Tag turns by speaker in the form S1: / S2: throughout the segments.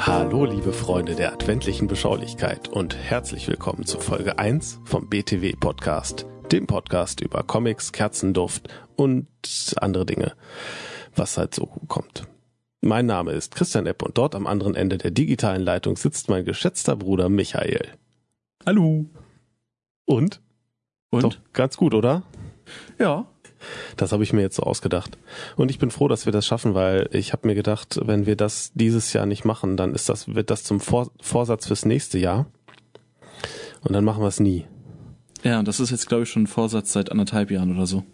S1: liebe Freunde der adventlichen Beschaulichkeit und herzlich willkommen zu Folge 1 vom BTW Podcast, dem Podcast über Comics, Kerzenduft und andere Dinge, was halt so kommt. Mein Name ist Christian Epp und dort am anderen Ende der digitalen Leitung sitzt mein geschätzter Bruder Michael.
S2: Hallo.
S1: Und?
S2: Und?
S1: Doch ganz gut, oder?
S2: Ja.
S1: Das habe ich mir jetzt so ausgedacht. Und ich bin froh, dass wir das schaffen, weil ich habe mir gedacht, wenn wir das dieses Jahr nicht machen, dann ist das, wird das zum Vor Vorsatz fürs nächste Jahr. Und dann machen wir es nie.
S2: Ja, und das ist jetzt, glaube ich, schon ein Vorsatz seit anderthalb Jahren oder so.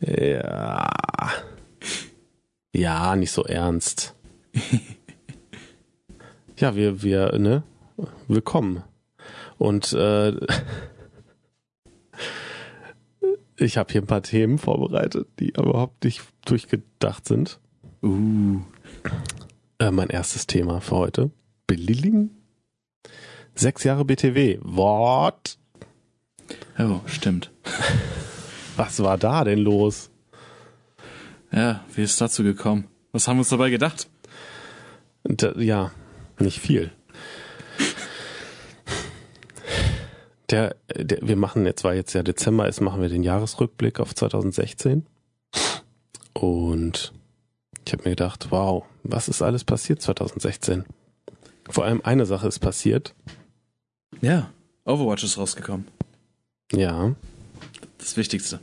S1: Ja. Ja, nicht so ernst. ja, wir, wir, ne? Willkommen. Und äh, ich habe hier ein paar Themen vorbereitet, die überhaupt nicht durchgedacht sind.
S2: Uh.
S1: Äh, mein erstes Thema für heute. Beliling. Sechs Jahre BTW. What?
S2: Oh, stimmt.
S1: Was war da denn los?
S2: Ja, wie ist dazu gekommen? Was haben wir uns dabei gedacht?
S1: Da, ja, nicht viel. Der, der, wir machen jetzt, weil jetzt ja Dezember ist, machen wir den Jahresrückblick auf 2016. Und ich habe mir gedacht, wow, was ist alles passiert 2016? Vor allem eine Sache ist passiert.
S2: Ja, Overwatch ist rausgekommen.
S1: Ja.
S2: Das Wichtigste.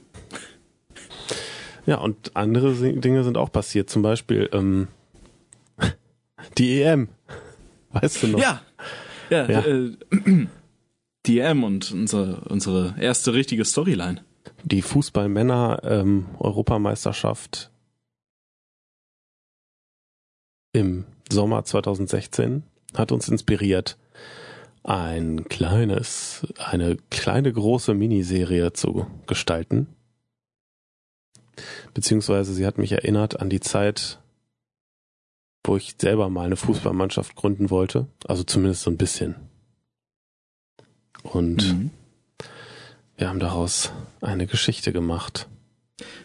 S1: Ja, und andere Si- Dinge sind auch passiert. Zum Beispiel ähm, die EM. Weißt du noch?
S2: Ja. Ja,
S1: Ja.
S2: Äh, DM und unsere, unsere erste richtige Storyline.
S1: Die Fußballmänner ähm, Europameisterschaft im Sommer 2016 hat uns inspiriert, ein kleines, eine kleine große Miniserie zu gestalten. Beziehungsweise sie hat mich erinnert an die Zeit, wo ich selber mal eine Fußballmannschaft gründen wollte. Also zumindest so ein bisschen. Und
S2: Mhm.
S1: wir haben daraus eine Geschichte gemacht.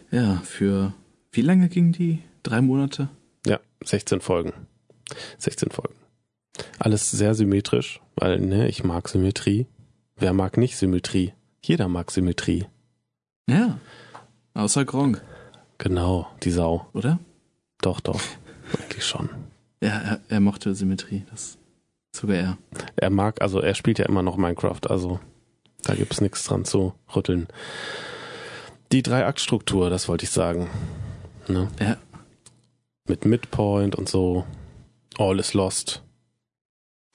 S2: Ja, für wie lange ging die? Drei Monate?
S1: Ja, 16 Folgen. 16 Folgen. Alles sehr symmetrisch, weil ne, ich mag Symmetrie. Wer mag nicht Symmetrie? Jeder mag Symmetrie.
S2: Ja. Außer Gronk,
S1: Genau, die Sau.
S2: oder?
S1: Doch, doch. Eigentlich schon.
S2: Ja, er, er mochte Symmetrie. Das sogar er.
S1: Er mag, also er spielt ja immer noch Minecraft, also da gibt's nichts dran zu rütteln. Die Drei-Akt-Struktur, das wollte ich sagen. Ne?
S2: Ja.
S1: Mit Midpoint und so. All is lost.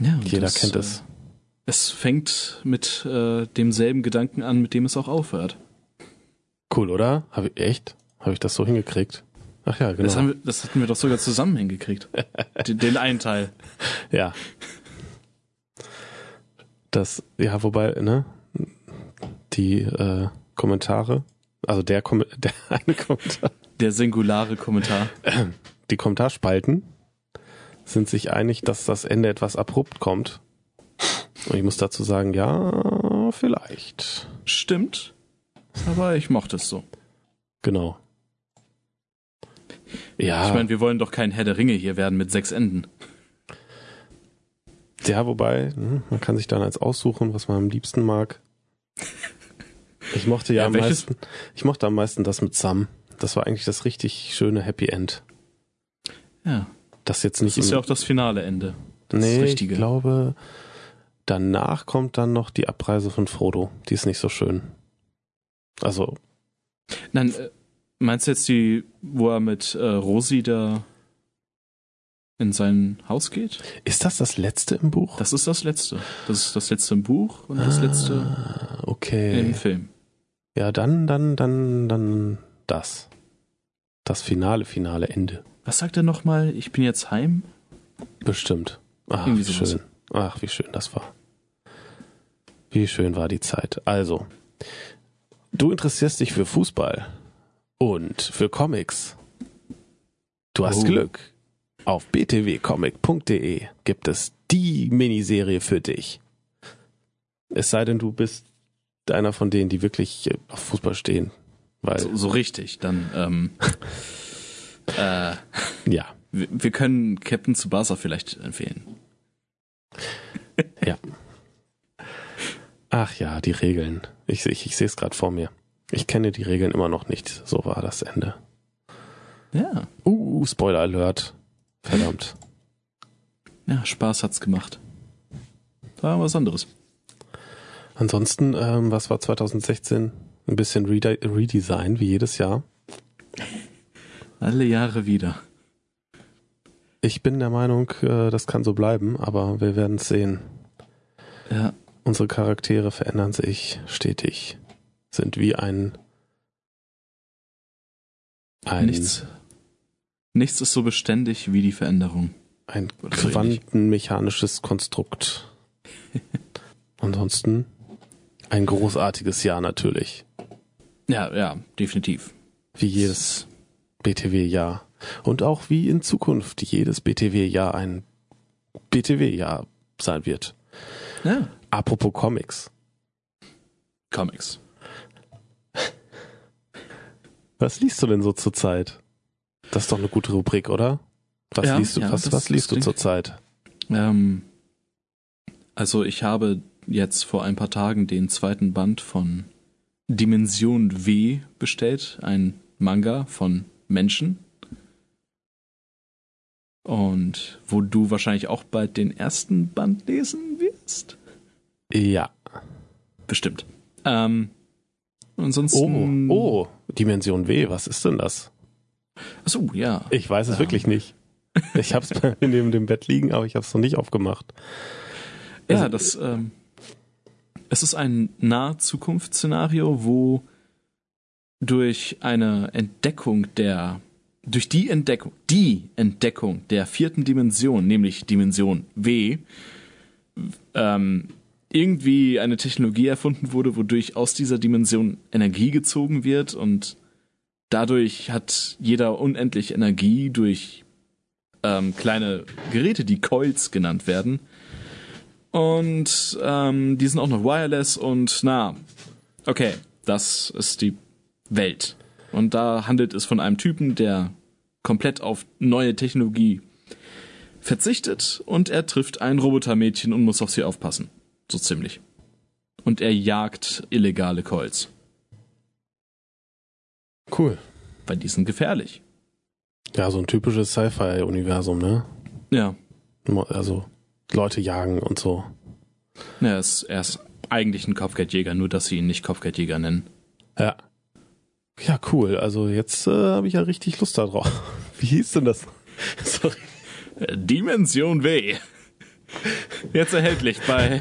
S2: Ja, und
S1: Jeder
S2: das,
S1: kennt
S2: äh,
S1: es.
S2: Es fängt mit äh, demselben Gedanken an, mit dem es auch aufhört.
S1: Cool, oder? Hab ich, echt? Habe ich das so hingekriegt? Ach ja, genau.
S2: Das, haben wir, das hatten wir doch sogar zusammen hingekriegt. den, den einen Teil.
S1: Ja. Das, ja, wobei, ne? Die äh, Kommentare, also der, Kom der eine Kommentar,
S2: Der singulare Kommentar.
S1: die Kommentarspalten sind sich einig, dass das Ende etwas abrupt kommt. Und ich muss dazu sagen, ja, vielleicht.
S2: Stimmt, aber ich mochte es so.
S1: Genau. Ja,
S2: Ich meine, wir wollen doch kein Herr der Ringe hier werden mit sechs Enden.
S1: ja, wobei, hm, man kann sich dann als aussuchen, was man am liebsten mag. Ich mochte ja,
S2: Ja,
S1: am
S2: welches-
S1: meisten, ich mochte am meisten das mit Sam. Das war eigentlich das richtig schöne Happy End.
S2: Ja,
S1: Das jetzt
S2: das
S1: nicht
S2: ist
S1: im-
S2: ja auch das finale Ende. Das
S1: nee,
S2: Richtige.
S1: ich glaube, danach kommt dann noch die Abreise von Frodo. Die ist nicht so schön. Also,
S2: Nein, äh, meinst du jetzt die, wo er mit äh, Rosi da in sein Haus geht?
S1: ist das das letzte im Buch?
S2: Das ist das letzte. Das ist das letzte im Buch und das letzte
S1: Ah,
S2: im
S1: okay.
S2: Film.
S1: Ja, dann, dann, dann, dann das. Das finale, finale Ende.
S2: Was sagt er nochmal? Ich bin jetzt heim?
S1: Bestimmt. Ach,
S2: Irgendwie
S1: wie
S2: sowas.
S1: schön. Ach, wie schön das war. Wie schön war die Zeit. Also, du interessierst dich für Fußball und für Comics. Du hast
S2: Oh.
S1: Glück. Auf btwcomic.de gibt es die Miniserie für dich. Es sei denn, du bist einer von denen, die wirklich äh, auf Fußball stehen. Weil,
S2: Also So, so richtig, dann, ähm, äh,
S1: ja.
S2: wir, wir können Captain Tsubasa vielleicht empfehlen.
S1: Ja. Ach ja, die Regeln. Ich, ich, ich sehe es gerade vor mir. Ich kenne die Regeln immer noch nicht. So war das Ende.
S2: Ja.
S1: Uh, Spoiler Alert. Verdammt.
S2: Ja, Spaß hat's gemacht. War was anderes.
S1: Ansonsten, ähm, was war 2016? Ein bisschen Rede Redesign, wie jedes Jahr.
S2: Alle Jahre wieder.
S1: Ich bin der Meinung, äh, das kann so bleiben, aber wir werden es sehen.
S2: Ja.
S1: Unsere Charaktere verändern sich stetig. Sind wie ein. Ein,
S2: Nichts. Nichts ist so beständig wie die Veränderung.
S1: ein
S2: Oder so ähnlich.
S1: quantenmechanisches Konstrukt. Ansonsten ein großartiges Jahr natürlich.
S2: Ja, ja, definitiv.
S1: Wie jedes BTW-Jahr. Und auch wie in Zukunft jedes BTW-Jahr ein BTW-Jahr sein wird.
S2: Ja.
S1: Apropos Comics.
S2: Comics.
S1: Was liest du denn so zurzeit? Das ist doch eine gute Rubrik, oder? Was
S2: Ja,
S1: liest du,
S2: ja,
S1: was,
S2: das-
S1: was liest
S2: das
S1: du
S2: klingt-
S1: zurzeit?
S2: Ähm, also ich habe jetzt vor ein paar Tagen den zweiten Band von Dimension W bestellt, ein Manga von Menschen. Und wo du wahrscheinlich auch bald den ersten Band lesen wirst.
S1: Ja.
S2: Bestimmt. Ähm,
S1: Oh,
S2: ansonsten.
S1: oh, Dimension W, was ist denn das?
S2: Achso, ja.
S1: Ich weiß es
S2: Ähm.
S1: wirklich nicht. Ich hab's neben dem Bett liegen, aber ich hab's noch nicht aufgemacht.
S2: Ja, das ähm, es ist ein Nah-Zukunftsszenario, wo durch eine Entdeckung der durch die Entdeckung, die Entdeckung der vierten Dimension, nämlich Dimension W, ähm, irgendwie eine Technologie erfunden wurde, wodurch aus dieser Dimension Energie gezogen wird und dadurch hat jeder unendlich Energie durch ähm, kleine Geräte, die Coils genannt werden. Und ähm, die sind auch noch wireless und na, okay, das ist die Welt. Und da handelt es von einem Typen, der komplett auf neue Technologie verzichtet und er trifft ein Robotermädchen und muss auf sie aufpassen. So ziemlich. Und er jagt illegale Coils,
S1: Cool.
S2: weil die sind gefährlich.
S1: Ja, so ein typisches Sci-Fi-Universum, ne?
S2: Ja,
S1: Also Leute jagen und so.
S2: er ist, er ist eigentlich ein Kopfgeldjäger, nur dass sie ihn nicht Kopfgeldjäger nennen.
S1: Ja. Ja, cool. Also jetzt äh, habe ich ja richtig Lust darauf. Wie hieß denn das? Sorry.
S2: Dimension W. Jetzt erhältlich bei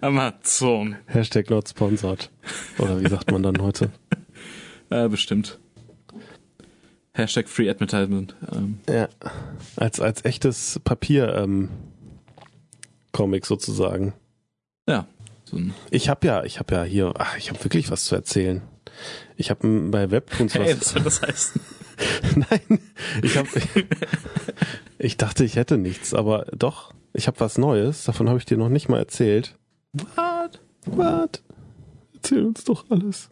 S2: Amazon.
S1: Hashtag not sponsored. Oder wie sagt man dann heute?
S2: Äh, bestimmt. Hashtag Free Advertisement. Ähm,
S1: Ja. Als, als echtes Papier ähm, Comic sozusagen.
S2: ja. So ein
S1: Ich habe ja, ich habe ja hier, ach, ich habe wirklich was zu erzählen. Ich habe m- bei Webtoons
S2: hey,
S1: was.
S2: was soll das heißen?
S1: Nein, ich habe Ich dachte, ich hätte nichts, aber doch, ich habe was Neues, davon habe ich dir noch nicht mal erzählt.
S2: What?
S1: What? Erzähl uns doch alles.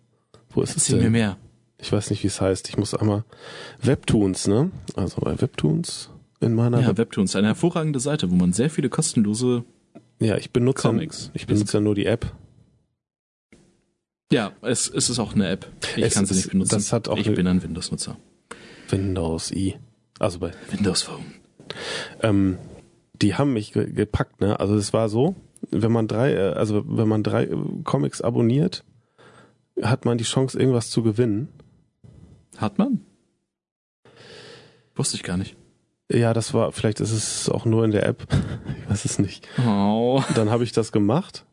S1: Wo ist
S2: Erzähl
S1: es
S2: mir
S1: denn?
S2: mehr.
S1: Ich weiß nicht, wie es heißt. Ich muss einmal Webtoons, ne? Also bei Webtoons in meiner
S2: Ja,
S1: Web
S2: Webtoons, eine hervorragende Seite, wo man sehr viele kostenlose.
S1: ja, ich benutze
S2: Comics.
S1: ich benutze ja nur die App.
S2: Ja, es, es ist auch eine App. Ich
S1: Es
S2: kann sie
S1: ist-
S2: nicht benutzen.
S1: das hat auch
S2: ich
S1: eine-
S2: bin ein Windows-Nutzer.
S1: Windows i. Also bei
S2: Windows Phone.
S1: ähm, die haben mich ge gepackt, ne? Also es war so, wenn man drei, äh, also wenn man drei äh, Comics abonniert, hat man die Chance, irgendwas zu gewinnen.
S2: Hat man? Wusste ich gar nicht.
S1: Ja, das war, vielleicht ist es auch nur in der App. Ich weiß es nicht.
S2: Oh.
S1: Dann habe ich das gemacht.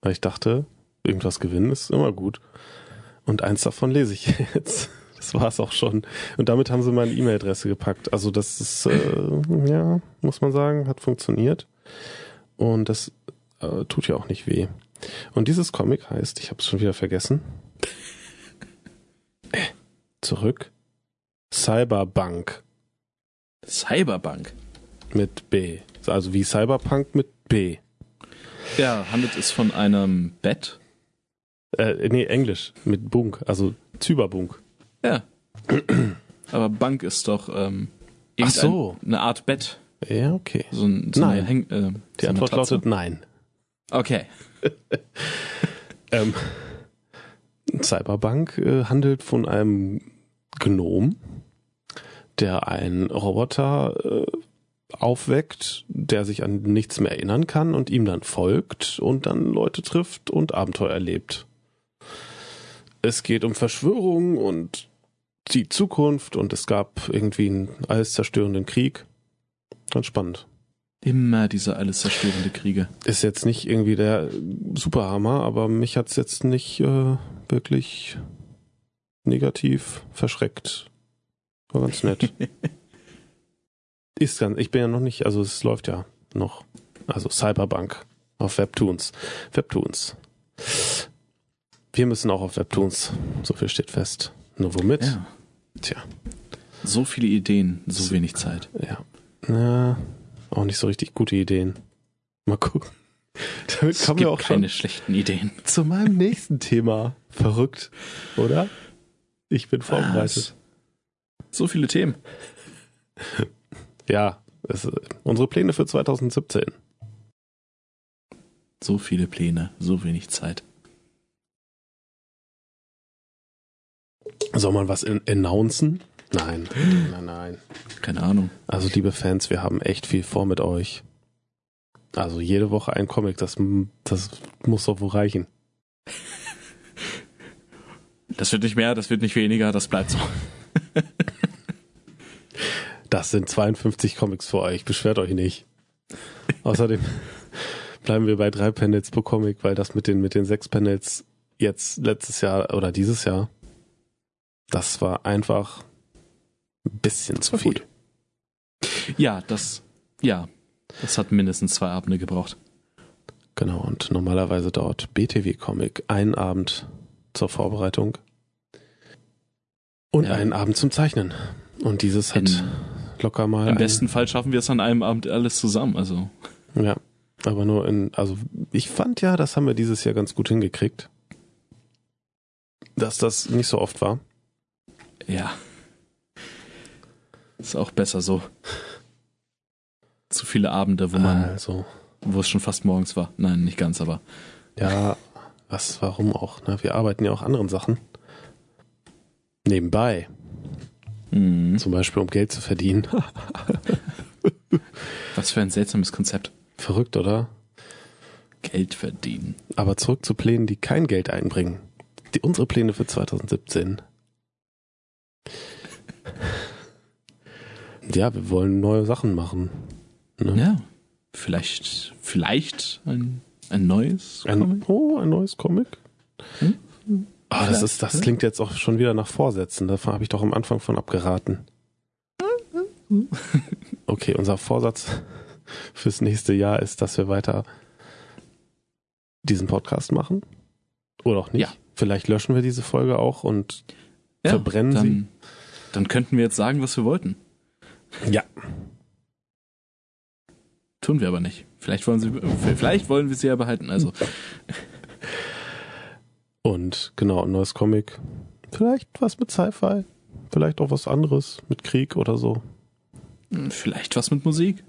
S1: Weil ich dachte, irgendwas gewinnen ist immer gut. Und eins davon lese ich jetzt. Das war's auch schon. Und damit haben sie meine E-Mail-Adresse gepackt. Also das ist, äh, ja, muss man sagen, hat funktioniert. Und das äh, tut ja auch nicht weh. Und dieses Comic heißt, ich habe es schon wieder vergessen. Äh, Zurück. Cyberbank
S2: Cyberbank.
S1: mit B. Also wie Cyberpunk mit B.
S2: Ja, handelt es von einem Bett?
S1: Äh, nee, Englisch. Mit Bunk. Also Zyberbunk.
S2: Ja. Aber Bank ist doch ähm,
S1: Ach
S2: irgendein-
S1: so.
S2: eine Art Bett.
S1: Ja, okay.
S2: So ein, so eine
S1: Nein.
S2: Häng, äh,
S1: Die
S2: so eine
S1: Antwort
S2: Tatze.
S1: lautet nein.
S2: Okay.
S1: Ähm, Cyberbank äh, handelt von einem Gnom, der einen Roboter äh, aufweckt, der sich an nichts mehr erinnern kann und ihm dann folgt und dann Leute trifft und Abenteuer erlebt. Es geht um Verschwörungen und die Zukunft und es gab irgendwie einen alles zerstörenden Krieg. Ganz spannend.
S2: Immer diese alles zerstörende Kriege.
S1: Ist jetzt nicht irgendwie der Superhammer, aber mich hat's jetzt nicht äh, wirklich negativ verschreckt. War ganz nett. Ist ganz, ich bin ja noch nicht, also es läuft ja noch. Also Cyberbank auf Webtoons. Webtoons. Wir müssen auch auf Webtoons. So viel steht fest. Nur womit?
S2: Ja.
S1: Tja.
S2: So viele Ideen, so wenig Zeit.
S1: Ja. Na, auch nicht so richtig gute Ideen. Mal gucken. Damit
S2: Es
S1: kommen
S2: gibt
S1: wir auch schon
S2: keine schlechten Ideen.
S1: zu meinem nächsten Thema. Verrückt, oder? Ich bin vorbereitet.
S2: So viele Themen.
S1: Ja, es, unsere Pläne für 2017.
S2: So viele Pläne, so wenig Zeit.
S1: Soll man was in announcen? Nein, nein, nein.
S2: Keine Ahnung.
S1: Also, liebe Fans, wir haben echt viel vor mit euch. Also, jede Woche ein Comic, das, das muss doch wohl reichen.
S2: Das wird nicht mehr, das wird nicht weniger, das bleibt so.
S1: Das sind 52 Comics für euch, beschwert euch nicht. Außerdem bleiben wir bei drei Panels pro Comic, weil das mit den, mit den sechs Panels jetzt letztes Jahr oder dieses Jahr, das war einfach ein bisschen zu
S2: war
S1: viel.
S2: gut. Ja, das, ja, das hat mindestens zwei Abende gebraucht.
S1: Genau, und normalerweise dauert BTW Comic einen Abend zur Vorbereitung und
S2: Ja.
S1: einen Abend zum Zeichnen. Und dieses hat
S2: In,
S1: locker mal
S2: Im
S1: einen-
S2: besten Fall schaffen wir es an einem Abend alles zusammen. Also
S1: Ja, aber nur in, also ich fand ja, das haben wir dieses Jahr ganz gut hingekriegt. Dass das nicht so oft war.
S2: ja, ist auch besser so. Zu viele Abende, wo man,
S1: Also,
S2: wo es schon fast morgens war. Nein, nicht ganz, aber
S1: ja, was, warum auch? Ne? Wir arbeiten ja auch anderen Sachen. Nebenbei,
S2: mhm.
S1: zum Beispiel um Geld zu verdienen.
S2: was für ein seltsames Konzept.
S1: Verrückt, oder?
S2: Geld verdienen.
S1: Aber zurück zu Plänen, die kein Geld einbringen. Die, unsere Pläne für 2017. Ja, wir wollen neue Sachen machen. Ne?
S2: Ja, vielleicht, vielleicht ein, ein neues
S1: Ein,
S2: Comic?
S1: Oh, ein neues Comic.
S2: Hm?
S1: Ah, das,
S2: Vielleicht, ne?
S1: ist, das
S2: oder? Hm?
S1: klingt jetzt auch schon wieder nach Vorsätzen. Davon habe ich doch am Anfang von abgeraten. Okay, unser Vorsatz fürs nächste Jahr ist, dass wir weiter diesen Podcast machen. Oder auch nicht.
S2: Ja.
S1: Vielleicht löschen wir diese Folge auch und verbrennen
S2: dann,
S1: sie.
S2: Dann könnten wir jetzt sagen, was wir wollten.
S1: Ja.
S2: Tun wir aber nicht. Vielleicht wollen, sie, vielleicht wollen wir sie ja behalten. Also,
S1: Und genau, ein neues Comic. Vielleicht was mit Sci-Fi. Vielleicht auch was anderes mit Krieg oder so. Mhm.
S2: vielleicht was mit Musik.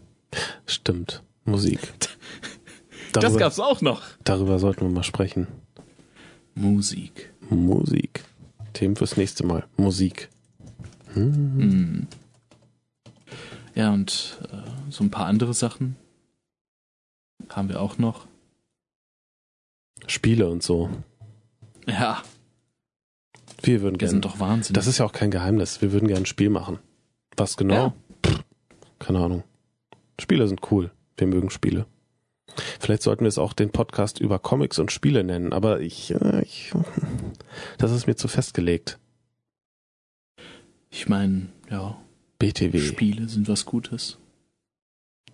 S1: Stimmt. Musik.
S2: Das
S1: Darüber-
S2: gab's auch noch.
S1: Darüber sollten wir mal sprechen.
S2: Musik.
S1: Musik. Themen fürs nächste Mal. Musik. Hm.
S2: Mhm. Ja, und äh, so ein paar andere Sachen haben wir auch noch.
S1: Spiele und so.
S2: Ja,
S1: Wir würden
S2: wir
S1: gerne.
S2: sind doch Wahnsinn.
S1: Das ist ja auch kein Geheimnis. Wir würden gerne ein Spiel machen. Was genau?
S2: Ja.
S1: Pff, keine Ahnung. Spiele sind cool. Wir mögen Spiele. Vielleicht sollten wir es auch den Podcast über Comics und Spiele nennen, aber ich, äh, ich das ist mir zu festgelegt.
S2: ich meine, ja,
S1: BTW.
S2: Spiele sind was Gutes.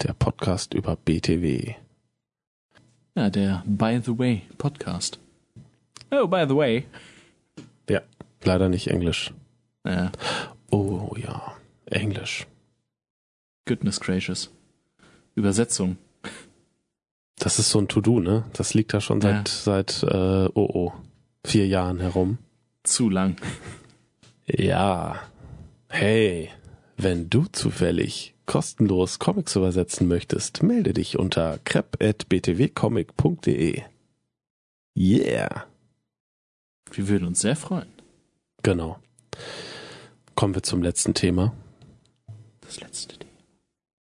S1: Der Podcast über BTW.
S2: Ja, der By the Way Podcast. Oh, by the way.
S1: Leider nicht Englisch.
S2: Ja,
S1: Oh ja. Englisch.
S2: goodness gracious. Übersetzung.
S1: Das ist so ein To-Do, ne? Das liegt da schon seit, seit äh, oh, oh, vier Jahren herum.
S2: Zu lang.
S1: Ja. Hey, wenn du zufällig kostenlos Comics übersetzen möchtest, melde dich unter crep.btwcomic.de. e. Yeah.
S2: Wir würden uns sehr freuen.
S1: Genau. Kommen wir zum letzten Thema.
S2: Das letzte Ding.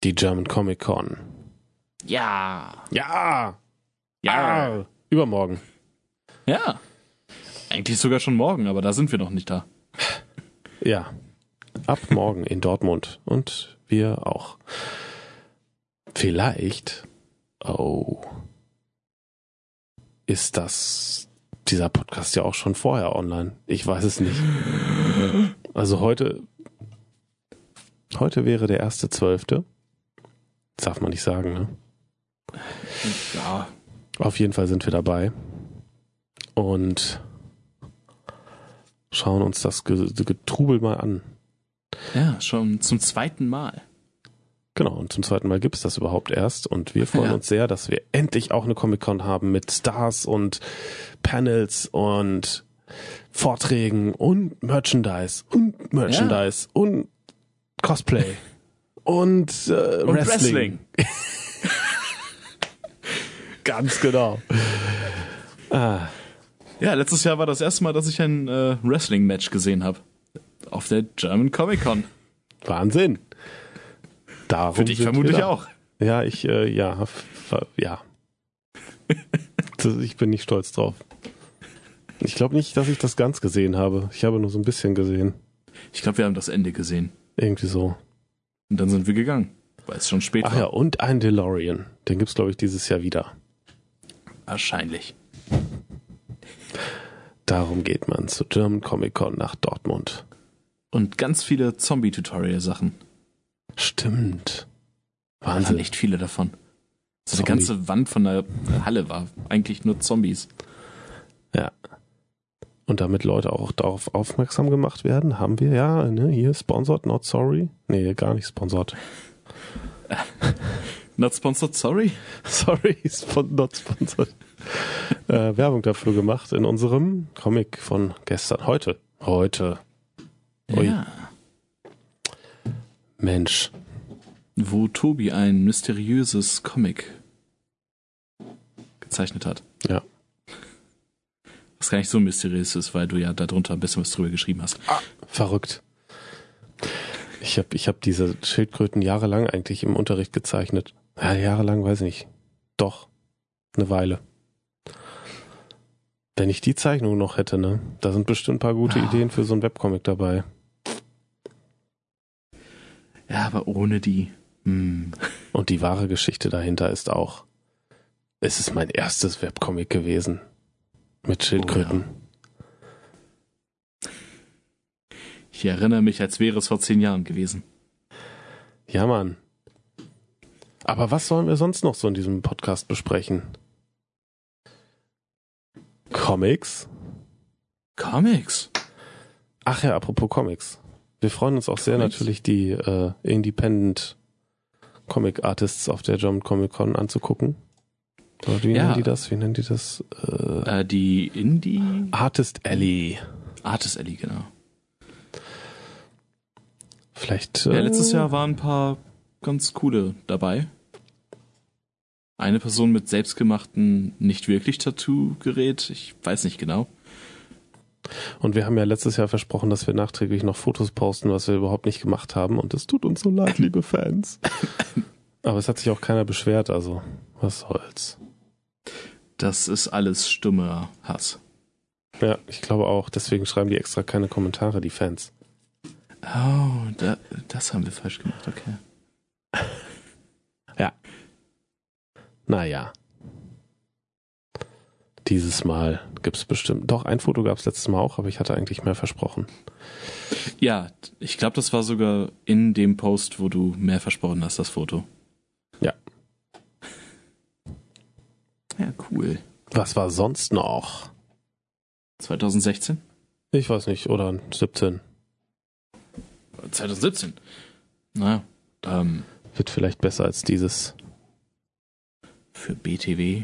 S1: Die German Comic Con.
S2: Ja.
S1: Ja.
S2: Ja.
S1: Ah, Übermorgen.
S2: Ja. Eigentlich sogar schon morgen, aber da sind wir noch nicht da.
S1: Ja. Ab morgen in Dortmund. Und wir auch. Vielleicht. Oh. Ist das dieser Podcast ja auch schon vorher online? Ich weiß es nicht. Also heute. Heute wäre der erste Zwölfte. Darf man nicht sagen, ne?
S2: Ja.
S1: Auf jeden Fall sind wir dabei und schauen uns das Ge- Getrubel mal an.
S2: Ja, schon zum zweiten Mal.
S1: Genau, und zum zweiten Mal gibt's das überhaupt erst und wir freuen
S2: Ja.
S1: uns sehr, dass wir endlich auch eine Comic-Con haben mit Stars und Panels und Vorträgen und Merchandise und Merchandise und Cosplay und, äh, Wrestling. Ganz genau.
S2: Ja, letztes Jahr war das erste Mal, dass ich ein äh, Wrestling-Match gesehen habe. Auf der German Comic Con.
S1: Wahnsinn. Darum
S2: Für dich
S1: sind
S2: vermutlich
S1: wir da.
S2: auch.
S1: Ja, ich, äh, ja, ver- ja. Das, ich bin nicht stolz drauf. Ich glaube nicht, dass ich das ganz gesehen habe. Ich habe nur so ein bisschen gesehen.
S2: Ich glaube, wir haben das Ende gesehen.
S1: Irgendwie so.
S2: Und dann sind wir gegangen. Weil es schon spät
S1: Ach
S2: war.
S1: ja, und ein DeLorean. Den gibt's, glaube ich, dieses Jahr wieder.
S2: Wahrscheinlich.
S1: Darum geht man zu German Comic Con nach Dortmund.
S2: Und ganz viele Zombie-Tutorial-Sachen.
S1: Stimmt.
S2: Da waren
S1: Wahnsinn.
S2: echt viele davon. So
S1: Zombie.
S2: eine ganze Wand von der Halle war eigentlich nur Zombies.
S1: Und damit Leute auch darauf aufmerksam gemacht werden, haben wir ja, ne, hier sponsored, not sorry. Nee, gar nicht sponsored.
S2: Not sponsored, sorry.
S1: Sorry, spon not sponsored. äh, Werbung dafür gemacht in unserem Comic von gestern. Heute. Heute. Ui.
S2: Ja.
S1: Mensch.
S2: Wo Tobi ein mysteriöses Comic gezeichnet hat.
S1: Ja.
S2: Was gar nicht so mysteriös ist, weil du ja darunter ein bisschen was drüber geschrieben hast.
S1: Verrückt. Ich habe ich hab diese Schildkröten jahrelang eigentlich im Unterricht gezeichnet. Ja, jahrelang weiß ich nicht. Doch. Eine Weile. Wenn ich die Zeichnung noch hätte, ne? Da sind bestimmt ein paar gute
S2: Ah.
S1: Ideen für so einen Webcomic dabei.
S2: Ja, aber ohne die. Hm.
S1: Und die wahre Geschichte dahinter ist auch, es ist mein erstes Webcomic gewesen. Mit Schildkröten.
S2: Ich erinnere mich, als wäre es vor zehn Jahren gewesen.
S1: ja. Mann. Aber was sollen wir sonst noch so in diesem Podcast besprechen? Comics?
S2: Comics.
S1: Ach ja, apropos Comics. Wir freuen uns auch sehr
S2: Comics?
S1: natürlich, die äh, Independent Comic Artists auf der German Comic Con anzugucken. Oder wie
S2: Ja.
S1: nennen die das? Wie nennen die das? Äh,
S2: Äh, die Indie.
S1: Artist Alley.
S2: Artist Alley, genau.
S1: Vielleicht.
S2: Ja,
S1: äh,
S2: letztes Jahr waren ein paar ganz coole dabei. Eine Person mit selbstgemachten, nicht wirklich Tattoo-Gerät, ich weiß nicht genau.
S1: Und wir haben ja letztes Jahr versprochen, dass wir nachträglich noch Fotos posten, was wir überhaupt nicht gemacht haben. Und es tut uns so leid, liebe Fans. Aber es hat sich auch keiner beschwert, also was soll's.
S2: Das ist alles stummer Hass.
S1: Ja, ich glaube auch, deswegen schreiben die extra keine Kommentare, die Fans.
S2: Oh, da, das haben wir falsch gemacht, okay.
S1: Naja. Dieses Mal gibt's bestimmt. Doch, ein Foto gab's letztes Mal auch, aber ich hatte eigentlich mehr versprochen.
S2: Ja, ich glaube, das war sogar in dem Post, wo du mehr versprochen hast, das Foto.
S1: Ja.
S2: Ja, cool.
S1: Was war sonst noch?
S2: 2016?
S1: Ich weiß nicht, oder 17.
S2: 2017. Naja, ähm,
S1: Wird vielleicht besser als dieses.
S2: für BTW.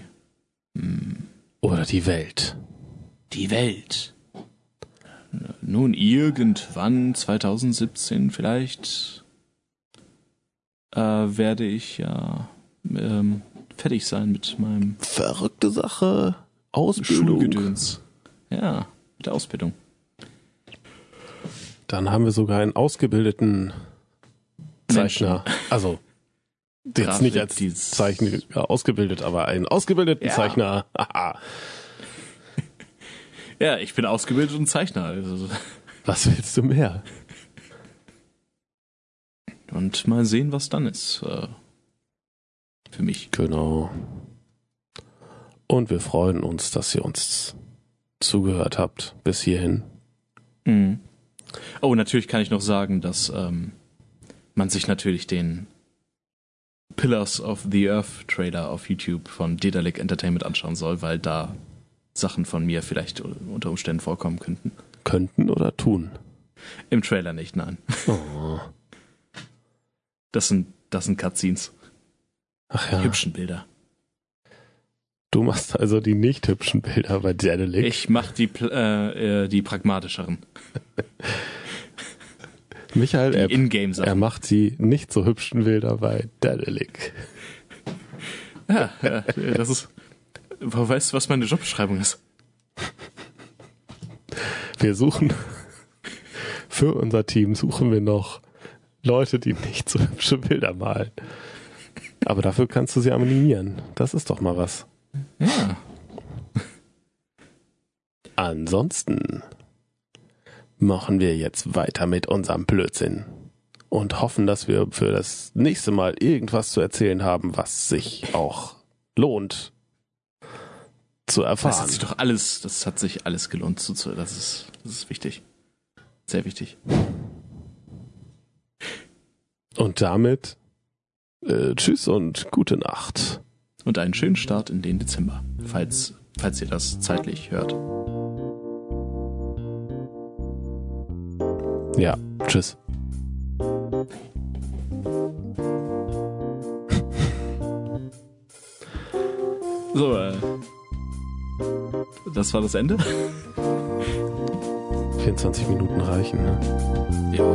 S2: Hm.
S1: Oder die Welt.
S2: Die Welt. Nun, irgendwann 2017 vielleicht. äh, werde ich ja ähm, fertig sein mit meinem
S1: Verrückte Sache. Ausbildung.
S2: Schulgedöns. Ja, mit der Ausbildung.
S1: Dann haben wir sogar einen ausgebildeten Zeichner. Also jetzt nicht als
S2: Grafikdienst.
S1: Zeichner ausgebildet, aber einen ausgebildeten
S2: Ja.
S1: Zeichner. Haha.
S2: Ja, ich bin ausgebildet und Zeichner. Also.
S1: Was willst du mehr?
S2: Und mal sehen, was dann ist. Äh, für mich.
S1: Genau. Und wir freuen uns, dass ihr uns zugehört habt bis hierhin.
S2: Mhm. Oh, natürlich kann ich noch sagen, dass ähm, man sich natürlich den Pillars of the Earth Trailer auf YouTube von Dedalic Entertainment anschauen soll, weil da Sachen von mir vielleicht unter Umständen vorkommen könnten.
S1: Könnten oder tun.
S2: Im Trailer nicht, nein.
S1: Oh.
S2: Das sind, das sind Cutscenes.
S1: Ach ja.
S2: Hübschen Bilder.
S1: Du machst also die nicht hübschen Bilder bei Dedelic.
S2: Ich mach die, pl- äh, äh, die pragmatischeren.
S1: Michael,
S2: Die
S1: er, er
S2: Ingame-Sachen.
S1: macht die nicht so hübschen Bilder bei Dedelic.
S2: Ja, ja, das ist. Woher weißt du, was meine Jobbeschreibung ist?
S1: Wir suchen für unser Team suchen wir noch Leute, die nicht so hübsche Bilder malen. Aber dafür kannst du sie animieren. Das ist doch mal was.
S2: Ja.
S1: Ansonsten machen wir jetzt weiter mit unserem Blödsinn und hoffen, dass wir für das nächste Mal irgendwas zu erzählen haben, was sich auch lohnt zu
S2: Das hat
S1: erfahren.
S2: sich doch alles, das hat sich alles gelohnt zuzuhören. Das ist, das ist wichtig. Sehr wichtig.
S1: Und damit äh, tschüss und gute Nacht.
S2: Und einen schönen Start in den Dezember, falls, falls ihr das zeitlich hört.
S1: Ja, tschüss.
S2: So, äh, das war das Ende?
S1: 24 Minuten reichen, ne?
S2: Ja.